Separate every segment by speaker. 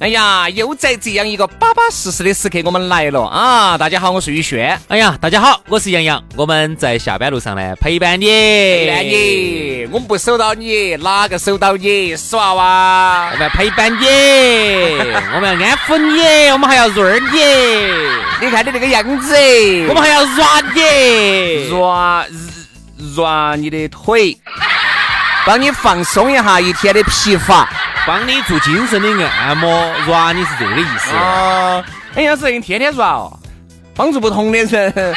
Speaker 1: 哎呀，又在这样一个巴巴适适的时刻，我们来了啊！大家好，我是宇轩。
Speaker 2: 哎呀，大家好，我是杨洋，我们在下班路上呢陪伴你，陪
Speaker 1: 哎，你，我们不守到你，哪个守到你？死娃娃
Speaker 2: 我！们要陪伴你，我们要安抚你，我们还要润儿你，
Speaker 1: 你看你那个样子，
Speaker 2: 我们还要软你，
Speaker 1: 抓抓你的腿，帮你放松一下一天的疲乏。
Speaker 2: 帮你做精神的按摩，软你是这个意思。
Speaker 1: 哦，哎，杨子，你天天抓哦，帮助不同的 人，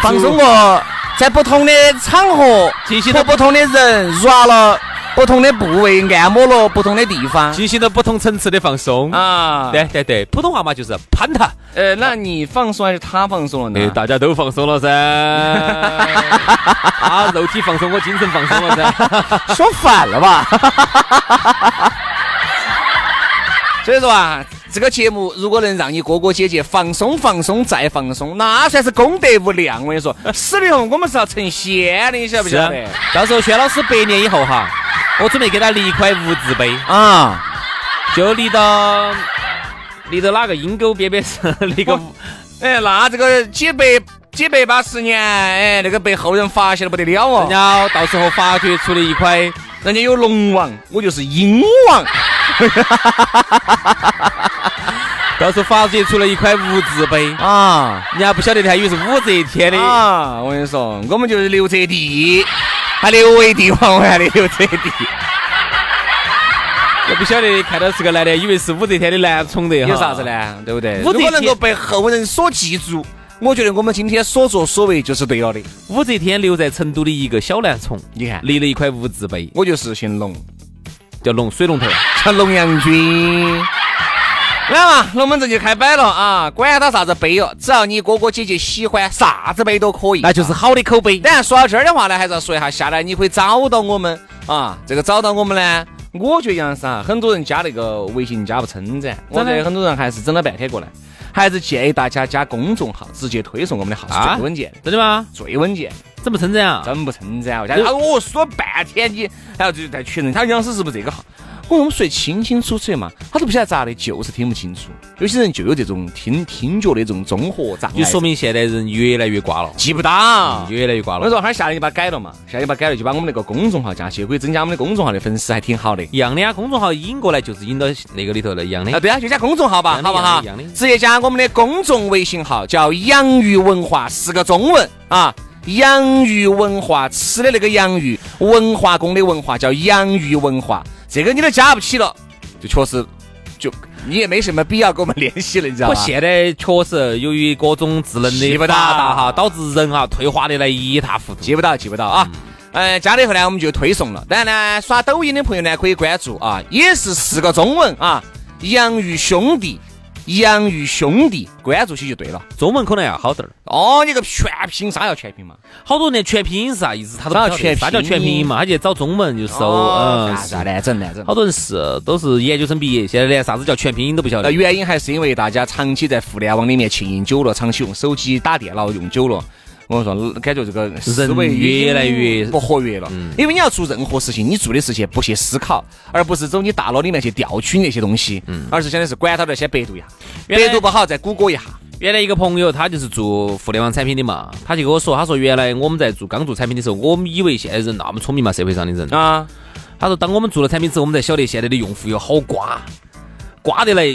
Speaker 1: 放松我，在不同的场合
Speaker 2: 提醒
Speaker 1: 和
Speaker 2: 到
Speaker 1: 不同的人抓了不同的部位，按摩了不同的地方
Speaker 2: 进行到不同层次的放松。
Speaker 1: 啊。
Speaker 2: 对，对对，普通话嘛就是攀谈。
Speaker 1: 呃，那你放松还是他放松了
Speaker 2: 哎，
Speaker 1: 呢？
Speaker 2: 大家都放松 了噻，啊，肉体放松，我精神放松了 噻。
Speaker 1: 说反了 吧？所以说啊，这个节目如果能让你哥哥姐姐放松放松再放松，那算是功德无量。我跟你说，死了以后我们是要成仙的，你晓不
Speaker 2: 是啊
Speaker 1: 晓得？，
Speaker 2: 到时候轩老师百年以后哈，我准备给他立一块无字碑。
Speaker 1: 啊。
Speaker 2: 就离到离到哪个阴沟边边 上那个
Speaker 1: 我哎，那这个几百几百八十年，哎，那个被后人发现了不得了
Speaker 2: 人
Speaker 1: 哦。
Speaker 2: 家到时候发掘出了一块，
Speaker 1: 人家有龙王，我就是鹰王。
Speaker 2: 到时候发掘出了一块无字碑，
Speaker 1: 啊
Speaker 2: 人家不晓得他以为是武则天的。
Speaker 1: 啊！我跟你说，我们就是刘哲地，还刘为帝王，我还刘哲地，
Speaker 2: 也不晓得看到是个男的，以为是武则天的男宠的哈
Speaker 1: 有啥子？呢？对不对？
Speaker 2: 武
Speaker 1: 如
Speaker 2: 则天
Speaker 1: 果能够被后人所记住，我觉得我们今天所作所为就是对了的。
Speaker 2: 武则天留在成都的一个小男宠，
Speaker 1: 你看
Speaker 2: 立了一块无字碑，
Speaker 1: 我就是姓龙，
Speaker 2: 叫龙水龙头。
Speaker 1: 叫龙阳君。来嘛，龙门阵就开摆了啊！管他啥子杯哦，只要你哥哥姐姐喜欢，啥子杯都可以。
Speaker 2: 那就是好的口碑。
Speaker 1: 当然，说到这儿的话呢，还是要说一下，下来你可以找到我们啊。这个找到我们呢，我觉得杨老师啊，很多人加那个微信加不称赞，我觉得很多人还是整了半天过来，还是建议大家加公众号，直接推送我们的号是
Speaker 2: 啊
Speaker 1: 最稳健的。
Speaker 2: 真的吗？
Speaker 1: 最稳健，
Speaker 2: 怎么称赞啊？
Speaker 1: 真不称赞。我家他我说半天，你还要就在群人，他杨老师是不是这个号？我说我们说得清清楚楚的嘛，他都不晓得咋的，就是听不清楚。有些人就有这种听听觉的这种综合障碍，
Speaker 2: 就说明嗯现在人越来越瓜了，
Speaker 1: 记不到，
Speaker 2: 越来越瓜
Speaker 1: 我跟你
Speaker 2: 了。
Speaker 1: 说，他下来就把它改了嘛，下来就把它改了，就把我们那个公众号加起，可以增加我们的公众号的粉丝，还挺好的。
Speaker 2: 一样的啊，公众号引过来就是引到那个里头了，一样的
Speaker 1: 啊，。对啊，就加公众号吧，
Speaker 2: 一样的
Speaker 1: 好不好
Speaker 2: 一样的一样？的
Speaker 1: 直接加我们的公众微信号，叫“洋芋文化”，四个中文啊。洋芋文化，吃的那个洋芋，文化宫的文化叫洋芋文化。这个你都加不起了，就确实，就你也没什么必要跟我们联系了，你知道
Speaker 2: 不
Speaker 1: 吧
Speaker 2: 过？现在确实由于各种智能
Speaker 1: 记
Speaker 2: 的
Speaker 1: 不
Speaker 2: 发
Speaker 1: 到
Speaker 2: 达哈，导致人哈退化的来一塌糊涂。
Speaker 1: 记不到，记不到啊。嗯，加了以后呢，我们就推送了。当然呢，刷抖音的朋友呢，可以关注啊，也是四个中文啊，洋芋兄弟，洋芋兄弟，关注起就对了。
Speaker 2: 中文可能要好点儿，
Speaker 1: 哦，你个全拼，啥叫全拼嘛？
Speaker 2: 好多年全拼音是啥意思？他都不晓
Speaker 1: 啥叫
Speaker 2: 得
Speaker 1: 全
Speaker 2: 啥叫
Speaker 1: 拼
Speaker 2: 全拼
Speaker 1: 音
Speaker 2: 音嘛？他去找中文就搜，嗯，
Speaker 1: 啥
Speaker 2: 是
Speaker 1: 子啊难整难整。
Speaker 2: 好多人是都是研究生毕业，现在连啥子叫全拼音都不晓
Speaker 1: 那
Speaker 2: 得。
Speaker 1: 呃原因还是因为大家长期在互联网里面浸淫久了，长期用手机打电脑用久了。我跟你说，感觉这个思维
Speaker 2: 人
Speaker 1: 已经
Speaker 2: 越来越
Speaker 1: 不活跃了。
Speaker 2: 嗯
Speaker 1: 因为你要做任何事情，你做的是去不去思考，而不是走你大脑里面去调取那些东西，而是想的是管他的，先百度一下，
Speaker 2: 嗯原来
Speaker 1: 百度不好再谷歌一下。
Speaker 2: 原来一个朋友他就是做互联网产品的嘛，他就跟我说，他说原来我们在做刚做产品的时候，我们以为现在人那么聪明嘛，社会上的人，
Speaker 1: 啊，
Speaker 2: 他说，当我们做了产品之后，我们才晓得现在的用户有好瓜，瓜得来，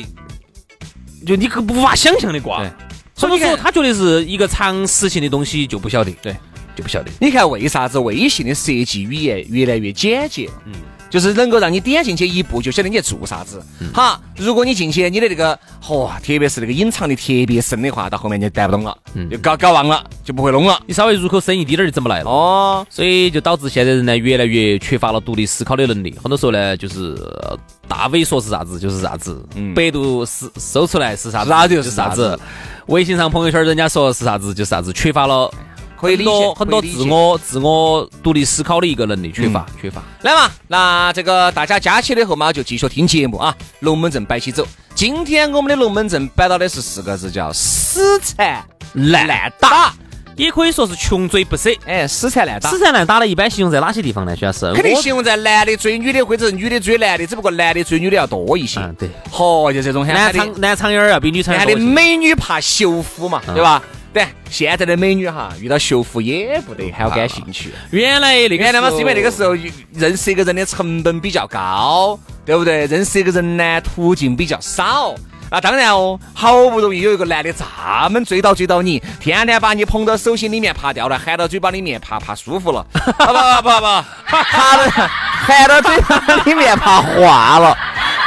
Speaker 2: 就你可无法想象的瓜
Speaker 1: 对。
Speaker 2: 所
Speaker 1: 所以
Speaker 2: 以
Speaker 1: 你看
Speaker 2: 说，他觉得是一个常识性的东西就不晓得，对，就不晓得。
Speaker 1: 你看为啥子微信的设计语言越来越简洁？嗯，就是能够让你点进去一步就晓得你在做啥子。好，如果你进去你的那个，嚯、特别是那个隐藏的特别深的话，到后面你就带不动了，就搞搞忘了，就不会弄了。
Speaker 2: 你稍微入口深一滴点儿就整不来了。
Speaker 1: 哦，
Speaker 2: 所以就导致现在人呢越来越缺乏了独立思考的能力。很多时候呢，就是呃大 V 说是啥子就是啥子，百度是搜出来是啥子
Speaker 1: 啥嗯子就是是
Speaker 2: 啥
Speaker 1: 啥子
Speaker 2: 子，微信上朋友圈人家说是啥子就是啥子，缺乏了
Speaker 1: 可以理
Speaker 2: 很
Speaker 1: 解
Speaker 2: 多很多
Speaker 1: 可以理
Speaker 2: 自
Speaker 1: 解嗯
Speaker 2: 我自我独立思考的一个能力缺乏缺乏。
Speaker 1: 来嘛，那这个大家加起了以后嘛，就继续听节目啊。龙门阵摆起走，今天我们的龙门阵摆到的是四个字，叫死缠烂打。
Speaker 2: 也可以说是穷追不舍。
Speaker 1: 哎，死缠烂打
Speaker 2: 死，缠烂打呢，一般形容在哪些地方呢？徐老师，
Speaker 1: 肯定
Speaker 2: 我
Speaker 1: 形容在男的追女的，或者是女的追男的，只不过男的追女的要多一些。
Speaker 2: 嗯对
Speaker 1: 嚯，就这种喊
Speaker 2: 男
Speaker 1: 的
Speaker 2: 苍男苍蝇儿啊要比女苍蝇
Speaker 1: 男
Speaker 2: 多
Speaker 1: 的
Speaker 2: 一些。啊
Speaker 1: 美女怕修夫嘛，对吧？对，现在的美女哈，遇到修夫也不得好感兴趣。
Speaker 2: 原来那个
Speaker 1: 原来嘛，是因为那个
Speaker 2: 候
Speaker 1: 时候认识一个人的成本比较高，对不对？认识一个人呢，途径比较少。那当然哦，好不容易有一个男的这么追到追到你，天天把你捧到手心里面爬掉了，含到嘴巴里面爬爬舒服了，不不不 不，含到含到嘴巴里面爬化了。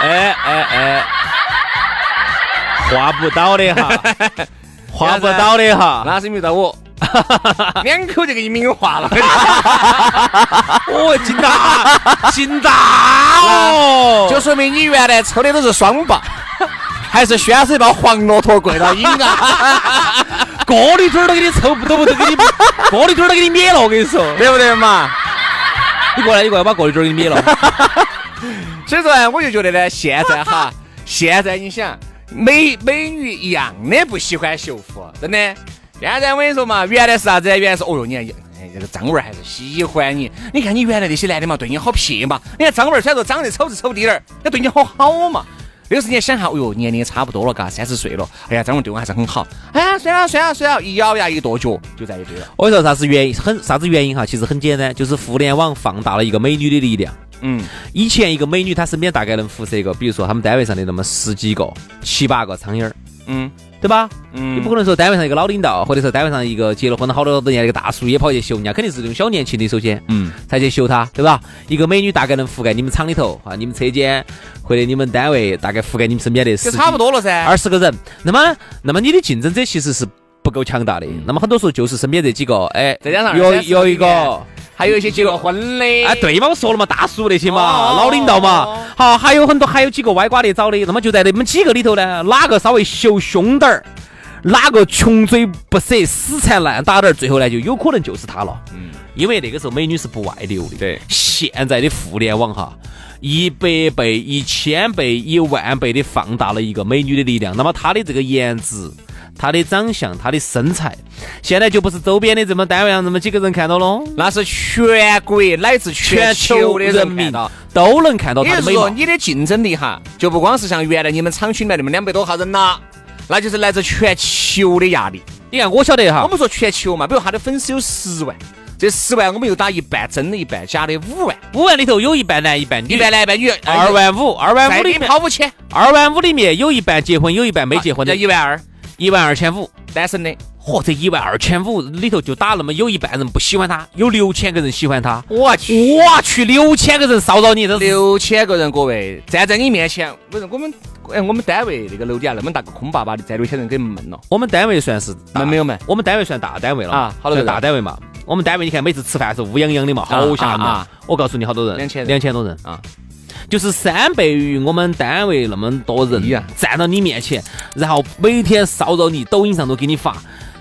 Speaker 2: 哎哎哎，划不到的哈， 划不到的哈。
Speaker 1: 那是因为到我，两口就给你抿化了。
Speaker 2: 哦，金大，金大哦，
Speaker 1: 就说明你原来抽的都是双棒，还是宣水把黄骆驼跪到瘾啊，
Speaker 2: 锅里腿儿都给你抽，都不都给你， 锅里腿儿都给你灭了。我跟你说，
Speaker 1: 对不对嘛？
Speaker 2: 你过来，你过来，把锅里腿儿给你灭了。
Speaker 1: 所以说呢，我就觉得呢，现 在哈，现在你想，美美女一样的不喜欢修复，真的。现在我跟你说嘛，原来是啥子？原来是哦哟，你看。哎这个张文儿还是喜欢你，你看你原来那些男的嘛，对你好撇嘛。你看张文儿虽然说长得丑是丑滴点儿，他对你好好嘛。那个时间想哈，哦哟，年龄也差不多了，嘎，三十岁了，哎呀，张文儿对我还是很好。哎呀，算了算了算了，一咬牙一跺脚就在一堆了。
Speaker 2: 我跟你说啥子原因？很啥子原因哈？其实很简单，就是互联网放大了一个美女的力量。
Speaker 1: 嗯，
Speaker 2: 以前一个美女，她身边大概能辐射一个，比如说他们单位上的那么十几个、七八个苍蝇儿，
Speaker 1: 嗯
Speaker 2: 对吧？你
Speaker 1: 嗯
Speaker 2: 不可能说单位上一个老领导，或者说单位上一个结了婚了好多多年的一个大叔也跑去秀人家，肯定是这种小年轻的首先，
Speaker 1: 嗯，
Speaker 2: 才去秀她，对吧？一个美女大概能覆盖你们厂里头啊，你们车间或者你们单位大概覆盖你们身边的
Speaker 1: 就
Speaker 2: 十
Speaker 1: 差不多了噻。
Speaker 2: 二十个人。那么，那么你的竞争者其实是不够强大的。那么很多时候就是身边这几个，哎，
Speaker 1: 再加上
Speaker 2: 有
Speaker 1: 23
Speaker 2: 有一个
Speaker 1: 里。面还有一些结过婚的，
Speaker 2: 哎，对嘛，我说了嘛，大叔那些嘛，
Speaker 1: 哦
Speaker 2: 老领导嘛，好，还有很多，还有几个歪瓜裂枣的，那么就在那们几个里头呢，哪个稍微秀凶点儿，哪个穷追不舍、死缠烂打点儿，最后呢，就有可能就是他了。嗯，因为那个时候美女是不外流的。
Speaker 1: 对，
Speaker 2: 现在的互联网哈。一百倍、一千倍、一万倍的放大了一个美女的力量，那么她的这个颜值、她的长相、她的身材，现在就不是周边的这么单位上这么几个人看到喽，
Speaker 1: 那是全国乃至
Speaker 2: 全
Speaker 1: 全
Speaker 2: 球
Speaker 1: 球的
Speaker 2: 人
Speaker 1: 人看
Speaker 2: 民
Speaker 1: 到。
Speaker 2: 都能看到
Speaker 1: 也
Speaker 2: 它的
Speaker 1: 就是
Speaker 2: 美貌
Speaker 1: 说，。你的竞争力哈，就不光是像原来你们厂区里面那么两百多号人啦，那就是来自全球的压力。
Speaker 2: 你看，我晓得
Speaker 1: 我
Speaker 2: 哈，
Speaker 1: 们说全球嘛，比如他的粉丝有十万，这十万我们又打一半真的，一半假的，五万，
Speaker 2: 五万里头有一半男，一半女，
Speaker 1: 一半男一半女，哎
Speaker 2: 二万五，二万
Speaker 1: 再
Speaker 2: 五
Speaker 1: 给
Speaker 2: 里
Speaker 1: 你
Speaker 2: 面，
Speaker 1: 跑五千，
Speaker 2: 二万五里面有一半结婚，有一半没结婚的，
Speaker 1: 啊一万二，
Speaker 2: 一万二千五。
Speaker 1: 单身的。
Speaker 2: 嚯，这一万二千五里头就打那么有一半人不喜欢他，有六千个人喜欢他。
Speaker 1: 我去，
Speaker 2: 我去，六千个人骚扰你，这是
Speaker 1: 啊六千个人，各位站在你面前，不是我们，哎，我们单位那个楼底下那么大个空巴巴的，站六千人给闷了。
Speaker 2: 我们单位算是大
Speaker 1: 闷没有闷
Speaker 2: 我们单位算大单位了
Speaker 1: 啊好
Speaker 2: 算
Speaker 1: 多人
Speaker 2: 大单位嘛。我们单位你看每次吃饭是乌泱泱的嘛，好吓人
Speaker 1: 啊
Speaker 2: 啊
Speaker 1: 啊！
Speaker 2: 我告诉你，好多人，
Speaker 1: 两千人
Speaker 2: 两千多人
Speaker 1: 啊，
Speaker 2: 就是三倍于我们单位那么多人
Speaker 1: 一样
Speaker 2: 站到你面前，然后每天骚扰你，抖音上都给你发，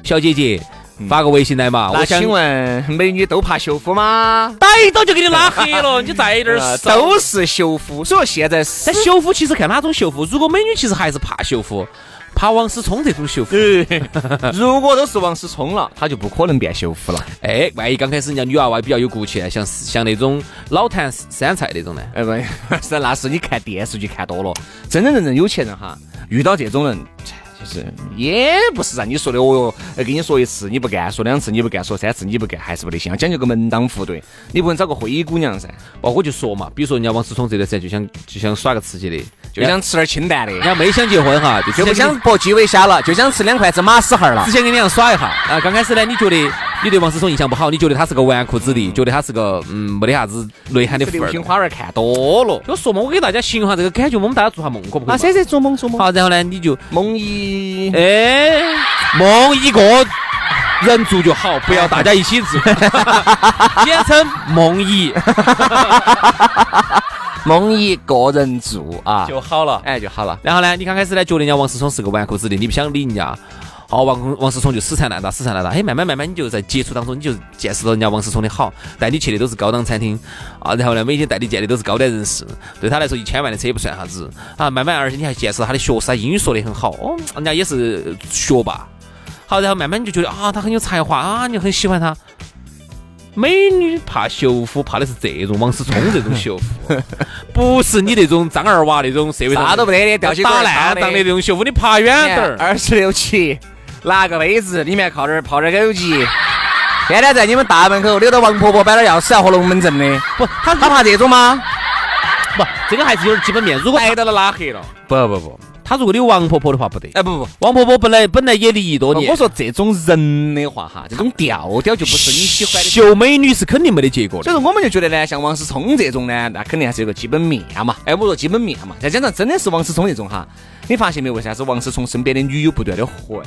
Speaker 2: 小姐姐
Speaker 1: 嗯
Speaker 2: 发个微信来嘛，我
Speaker 1: 那
Speaker 2: 想
Speaker 1: 请问美女都怕修夫吗？
Speaker 2: 逮一刀就给你拉黑了，你在 这
Speaker 1: 呃
Speaker 2: 儿搜
Speaker 1: 都是修夫，所以说现在是
Speaker 2: 但修复其实看哪种修复，如果美女其实还是怕修复，怕王思聪这种修复。
Speaker 1: 哎如果都是王思聪了，他就不可能变修夫了。
Speaker 2: 哎，万一刚开始人家女娃娃比较有骨气呢，像像那种老坛酸菜那种呢，
Speaker 1: 哎不， 是那是你看电视剧看多了，真真正正有钱人哈，遇到这种人。就是也不是让你说的哦哟，哎跟你说一次你不干，说两次你不干，说三次你不干，还是不得行，讲究个门当户对，你不能找个灰姑娘噻，
Speaker 2: 包哦括就说嘛，比如说人家王思聪这段时间就想就想耍个刺激的，
Speaker 1: 就呃想吃点清淡的，
Speaker 2: 人家没想结婚哈，就
Speaker 1: 就不
Speaker 2: 只想
Speaker 1: 想搏鸡尾虾了，就想吃两筷子马屎蟹了
Speaker 2: 只。想跟你俩耍一下啊。刚开始呢，你觉得你对王思聪印象不好，你觉得他是个纨绔子弟，觉得他是个嗯没得啥子内涵的富
Speaker 1: 流
Speaker 2: 二
Speaker 1: 星
Speaker 2: 代。
Speaker 1: 花园看多了。
Speaker 2: 就说嘛，我给大家形容下这个感觉，我们大家做下梦，可不可以嘛？
Speaker 1: 在啊做梦做梦
Speaker 2: 好，然后呢，你就
Speaker 1: 梦一
Speaker 2: 哎，梦一个人做就好，不要大家一起做，简称梦一
Speaker 1: 梦一个人住啊，
Speaker 2: 好了。
Speaker 1: 哎就好了。
Speaker 2: 然后呢，你刚开始呢觉得人家王思聪是个纨绔子弟，你不想理人家。好，王王思聪就死缠烂打，死缠烂打。哎，慢慢慢慢，你就在接触当中，你就见识到人家王思聪的好，带你去的都是高档餐厅啊，然后呢，每天带你见的都是高端人士，对他来说一千万的车也不算啥子啊。慢慢，而且你还见识到他的学识，他英语说得很好，哦，人家也是学霸。好，然后慢慢你就觉得啊，他很有才华啊，你就很喜欢他。美女怕修夫，怕的是这种王思聪这种修夫， 不是你那种张二娃那种社会上
Speaker 1: 啥都不得的，掉起
Speaker 2: 打烂当的那哎种秀夫，你爬远点儿。
Speaker 1: 二十六七，拿个杯子，里面靠点儿泡点儿枸杞。天天在你们大门口溜到王婆婆摆点儿钥匙啊和龙门阵的，
Speaker 2: 不，他
Speaker 1: 他怕这种吗？
Speaker 2: 不，这个还是有点基本面。如果
Speaker 1: 挨到了拉黑了。
Speaker 2: 不不不，他如果有王婆婆的话不得。
Speaker 1: 哎，不不
Speaker 2: 王婆婆本来本来也离异多
Speaker 1: 不，
Speaker 2: 年，
Speaker 1: 我说这种人的话哈，这种调调就不是你喜欢的。
Speaker 2: 秀美女是肯定没得结果的。
Speaker 1: 所以说，我们就觉得呢，像王思聪这种呢，那肯定还是有个基本面嘛。哎，我说基本面嘛，再加上真的是王思聪这种哈，你发现没有？为啥子王思聪身边的女友不断的换，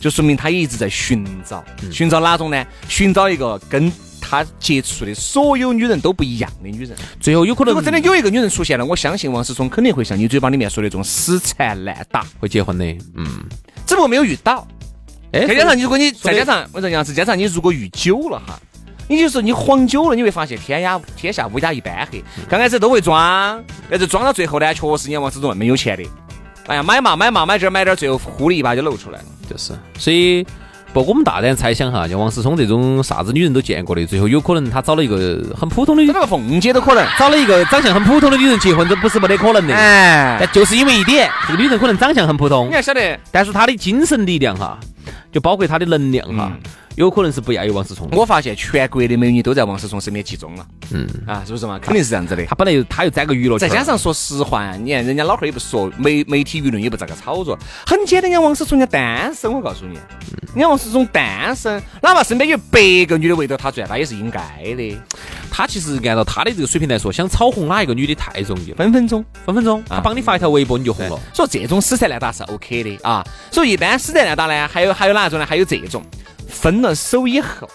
Speaker 1: 就说明他一直在寻找，寻找哪种呢？寻找一个跟他接触的所有女人都不一样的女人。
Speaker 2: 最后有可
Speaker 1: 如
Speaker 2: 能
Speaker 1: 果真的有一个女人出现了，我相信王思聪肯定会像你嘴巴里面说的这种死缠烂打，
Speaker 2: 会结婚的，嗯，
Speaker 1: 只不过没有遇到。
Speaker 2: 哎
Speaker 1: 再加上你，如果你再
Speaker 2: 得
Speaker 1: 加上我说杨子，加上你如果遇久了哈，你就说你晃久了，你会发现天涯天下乌鸦一般黑。
Speaker 2: 嗯
Speaker 1: 刚开始都会装，但是装到最后呢，确实你看王思聪那么有钱的，哎呀买嘛买嘛买这儿买点儿，最后狐狸一把就露出来了。
Speaker 2: 就是，所以。不，我们大胆猜想哈，像王思聪这种啥子女人都见过的，最后有可能他找了一个很普通的
Speaker 1: 找，那个凤姐都可能，
Speaker 2: 找了一个长相很普通的女人结婚，这不是没得可能的。
Speaker 1: 哎，
Speaker 2: 但就是因为一点，这个女人可能长相很普通
Speaker 1: 你，要晓得，
Speaker 2: 但是他的精神力量哈，就包括他的能量哈，有可能是不亚于王思聪的。
Speaker 1: 我发现全国的美女都在王思聪身边集中了
Speaker 2: 嗯，
Speaker 1: 啊，是不是嘛？肯定是这样子的。
Speaker 2: 他本来又他又沾个娱乐圈
Speaker 1: 再
Speaker 2: 儿，
Speaker 1: 加上说实话呀，你看人家老汉儿也不说，媒媒体舆论也不咋个炒作，很简单。人家王思聪人家单身，我告诉你，人家王思聪单身，哪怕身边有百个女的围着他转，那也是应该的，
Speaker 2: 他其实按照他的这个水平来说，想炒红哪一个女的太容易了，
Speaker 1: 分分钟。
Speaker 2: 分分钟他帮你发一条微博你就红
Speaker 1: 对
Speaker 2: 了。
Speaker 1: 所以这种死缠烂打是 OK 的啊。所以一般死缠烂打呢，还有还有哪种呢？还有这种，分了手以后，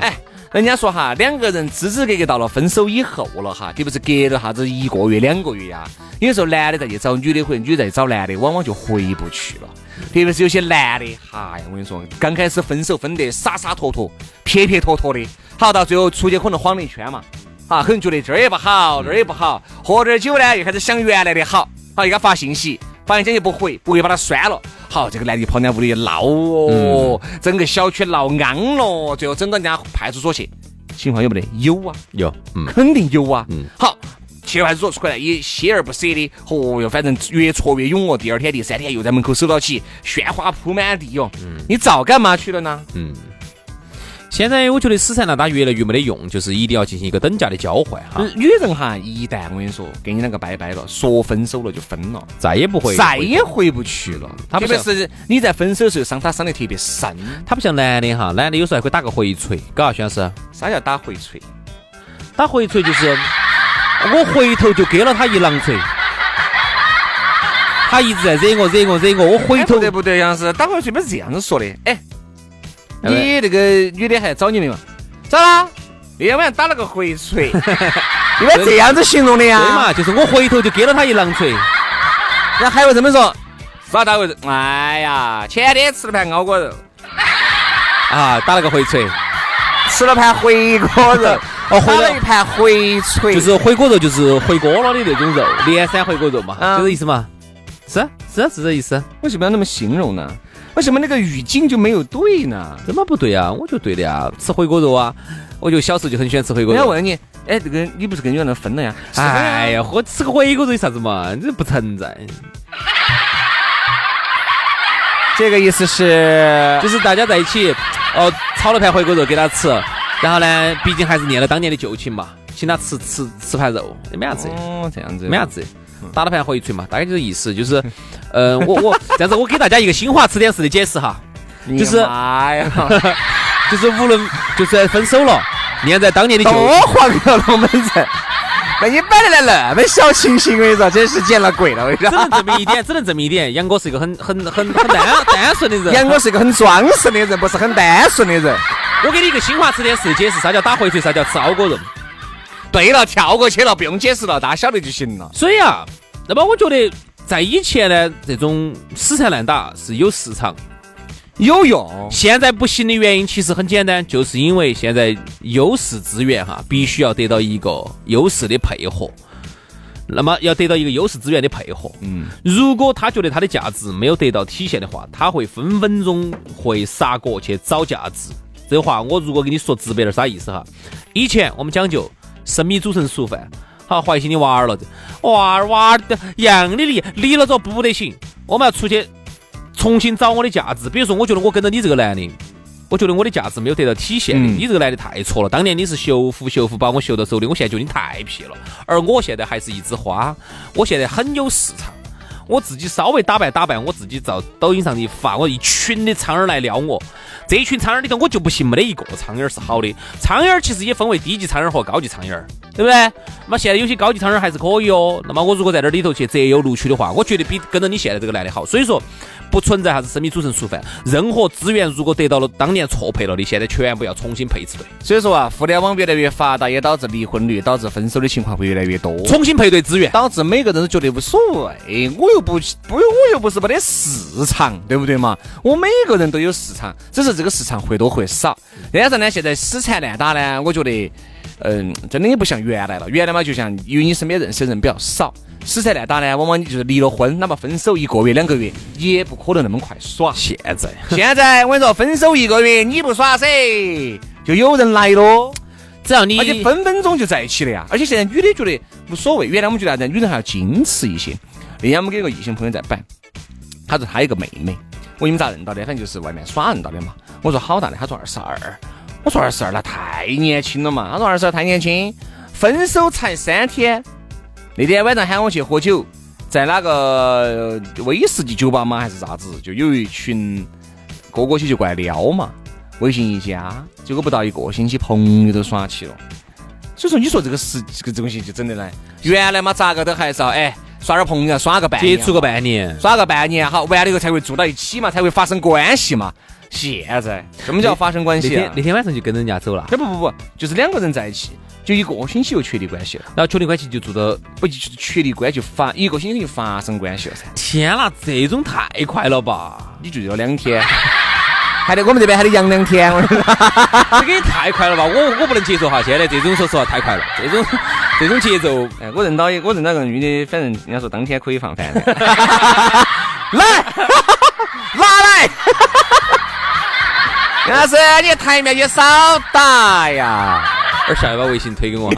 Speaker 1: 哎。人家说哈，两个人支支格格到了分手以后了哈，特别是隔了啥子一个月、两个月呀、有时候男的再去找女的，或者女的再去找男的，往往就回不去了。特别是有些男的，哈呀，我跟你说，刚开始分手分得洒洒脱脱、撇撇脱脱的，好到最后出去可能晃了一圈嘛，啊，可能觉得这儿也不好，那儿也不好，喝点儿酒呢，又开始想原来的好，好又给他发信息，发信息就不回，不回把他删了。好，这个男的跑人家屋里闹哦，整个小区闹昂了，最后整到人家派出所去，情况有没得？有啊，
Speaker 2: 有，嗯，
Speaker 1: 肯定有啊。
Speaker 2: 嗯
Speaker 1: 好，去派出所出来也锲而不舍的，哦哟，反正越挫越勇哦。第二天、第三天又在门口守到起，鲜花铺满地哟。你早干嘛去了呢？
Speaker 2: 现在我觉得死缠烂打越来越没得用，就是一定要进行一个等价的交换哈，
Speaker 1: 女人哈，一旦我跟你说，跟你两个拜拜了，说分手了就分了。
Speaker 2: 再也不会
Speaker 1: 再也回不去了。
Speaker 2: 他不
Speaker 1: 特别
Speaker 2: 像
Speaker 1: 是你在分手的时候伤他伤得特别深，
Speaker 2: 他不像男的哈，男的有时候还可以打个回锤，嘎，徐老师，
Speaker 1: 啥叫打回锤？
Speaker 2: 打回锤就是我回头就给了他一狼锤，他一直在惹我惹我惹我，我回
Speaker 1: 哎
Speaker 2: 头
Speaker 1: 不得不得，杨老师，打回锤不是这样子说的。哎，
Speaker 2: 哎
Speaker 1: 你那个女的还找你没有？找啦，那天晚上打了个回 锤，一般这样子形容的呀
Speaker 2: 对嘛，就是我回头就给了他一狼锤，
Speaker 1: 那还会这么说？啥打回锤？哎呀，前天吃了盘熬锅肉，
Speaker 2: 啊，打了个回锤，，
Speaker 1: 吃了盘回锅 肉
Speaker 2: 哦回
Speaker 1: 打
Speaker 2: 了
Speaker 1: 了一盘回锤，
Speaker 2: 就是回锅肉，就是回锅了的那种肉，连山回锅肉嘛，
Speaker 1: 嗯
Speaker 2: 就这意思嘛。是啊是啊是这意思，
Speaker 1: 为什么要那么形容呢？为什么那个语境就没有对呢？
Speaker 2: 怎么不对啊？我觉得对的呀，吃回锅肉啊，我就小时候就很喜欢吃回锅
Speaker 1: 人家
Speaker 2: 肉。
Speaker 1: 问你，哎，这个你不是跟女人分了呀？
Speaker 2: 哎呀，我吃个回锅肉有啥子嘛？这不存在，
Speaker 1: 这个意思是，
Speaker 2: 就是大家在一起，哦，炒了盘回锅肉给他吃，然后呢，毕竟还是念了当年的旧情嘛，请他吃吃吃盘肉，也没啥子。
Speaker 1: 哦，这样子，
Speaker 2: 没啥，子，
Speaker 1: 嗯
Speaker 2: 打了盘回锤嘛，大概就是意思就是， 呃，我我这样子，我给大家一个新华词典式的解释哈，
Speaker 1: 就是，哎呀，
Speaker 2: 就是无论 就是分手了，你看在当年的旧
Speaker 1: 多哦黄了龙门阵。那你摆得来那么小清新，我跟你说，真是见了鬼了，我跟你
Speaker 2: 只能
Speaker 1: 说。
Speaker 2: 证明一 点，只能证明一点，杨哥是一个很很很很单 单纯的人。
Speaker 1: 杨哥是一个很装饰的人，不是很单纯的人。
Speaker 2: 我给你一个新华词典式解释，啥叫打回腿，啥叫吃熬锅肉。
Speaker 1: 对了，跳过去了，不用解释了，大家晓得就行了。
Speaker 2: 所以啊，那么我觉得在以前呢，这种死缠烂打是有市场。
Speaker 1: 有用，
Speaker 2: 现在不行的原因其实很简单，就是因为现在优势资源哈，必须要得到一个优势的配合。那么要得到一个优势资源的配合，嗯，如果他觉得他的价值没有得到体现的话，他会分分钟会杀过去找价值。这话我如果跟你说直白点儿，啥意思哈？以前我们讲究生米煮成熟饭，好怀新的娃儿了，娃儿娃儿的样的离离了之后不得行，我们要出去重新找我的价值。比如说，我觉得我跟着你这个男的，我觉得我的价值没有得到体现的。
Speaker 1: 嗯
Speaker 2: 你这个男的太挫了，当年你是修复修复把我修到手的，我现在觉得你太皮了。而我现在还是一枝花，我现在很有市场。我自己稍微打扮打扮，我自己到抖音上一发，我一群的苍蝇儿来撩我。这一群苍蝇儿里头，我就不信没得一个苍蝇儿是好的。苍蝇儿其实也分为低级苍蝇儿和高级苍蝇儿，对不对？那么现在有些高级苍蝇儿还是可以哦。那么我如果在这里头去择优录取的话，我觉得比跟着你现在这个男的好。所以说，不存在啥子生米煮成熟饭，任何资源如果得到了当年错配了的，现在全部要重新配置对，
Speaker 1: 所以说啊，互联网越来越发达，也导致离婚率、导致分手的情况会越来越多，
Speaker 2: 重新配对资源。
Speaker 1: 导致每个人都觉得无所谓，我又不不，我又不是没得市场，对不对嘛？我每个人都有市场，只是这个市场或多或少。但是呢，现在死缠烂打呢，我觉得，嗯，真的也不像原来了。原来嘛，就像因为你身边认识的人比较少，死缠烂打呢，往往你就是离了婚，哪怕分手一个月、两个月，也不可能那么快耍。
Speaker 2: 现在
Speaker 1: 现在我跟你说，分手一个月你不耍噻，就有人来咯，
Speaker 2: 只要你
Speaker 1: 而且分分钟就在一起了呀。而且现在女的觉得无所谓，原来我们觉得啥子，女人还要矜持一些。那天我们跟一个异性朋友在摆，他说他有个妹妹，我说你们咋认到的？反正就是外面耍认到的嘛。我说好大的，他说二十二，我说二十二那太年轻了嘛。他说二十二太年轻，分手才三天。那天晚上喊我去喝酒，在那个呃威士忌酒吧嘛还是啥子，就有一群哥哥些就过来撩嘛，微信一加，结果不到一个星期朋友都耍起了。所以说，你说这个事这个东西就整的来，原来嘛咋个都还是要哎耍点朋友，耍个伴
Speaker 2: 接
Speaker 1: 娘
Speaker 2: 触个半年，
Speaker 1: 耍个半年好，完了以后才会住到一起嘛，才会发生关系嘛。现在什么叫发生关
Speaker 2: 那
Speaker 1: 系、
Speaker 2: 天
Speaker 1: 啊
Speaker 2: 那？天晚上就跟人家走了，
Speaker 1: 哎不不不，就是两个人在一起，就一个星期就确立关系了，
Speaker 2: 然后确定关系就做到
Speaker 1: 不就确立关系就发一个星期就发生关系了噻？
Speaker 2: 天啦，这种太快了吧！
Speaker 1: 你就要两 天，还得我们这边还得养两 天，我跟你说
Speaker 2: 这个也太快了吧！我我不能接受哈，现在这种说实话太快了，这种这种节奏，
Speaker 1: 哎，我认到一，我认到个女的，反正人家说当天可以放饭 的，来， 拿来。 杨老师，你的台面也少打呀，
Speaker 2: 而下来把微信推给我。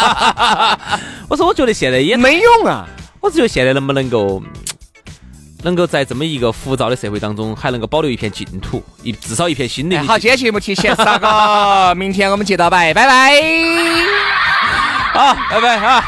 Speaker 2: 我说，我觉得现在也，
Speaker 1: 没用啊。
Speaker 2: 我只觉得现在能不能够，能够在这么一个浮躁的社会当中，还能够保留一片净土，一至少一片心灵
Speaker 1: 哎，
Speaker 2: 的净土。
Speaker 1: 好，今天节目提前少个，明天我们接着拜，拜 拜。
Speaker 2: 好，拜拜啊！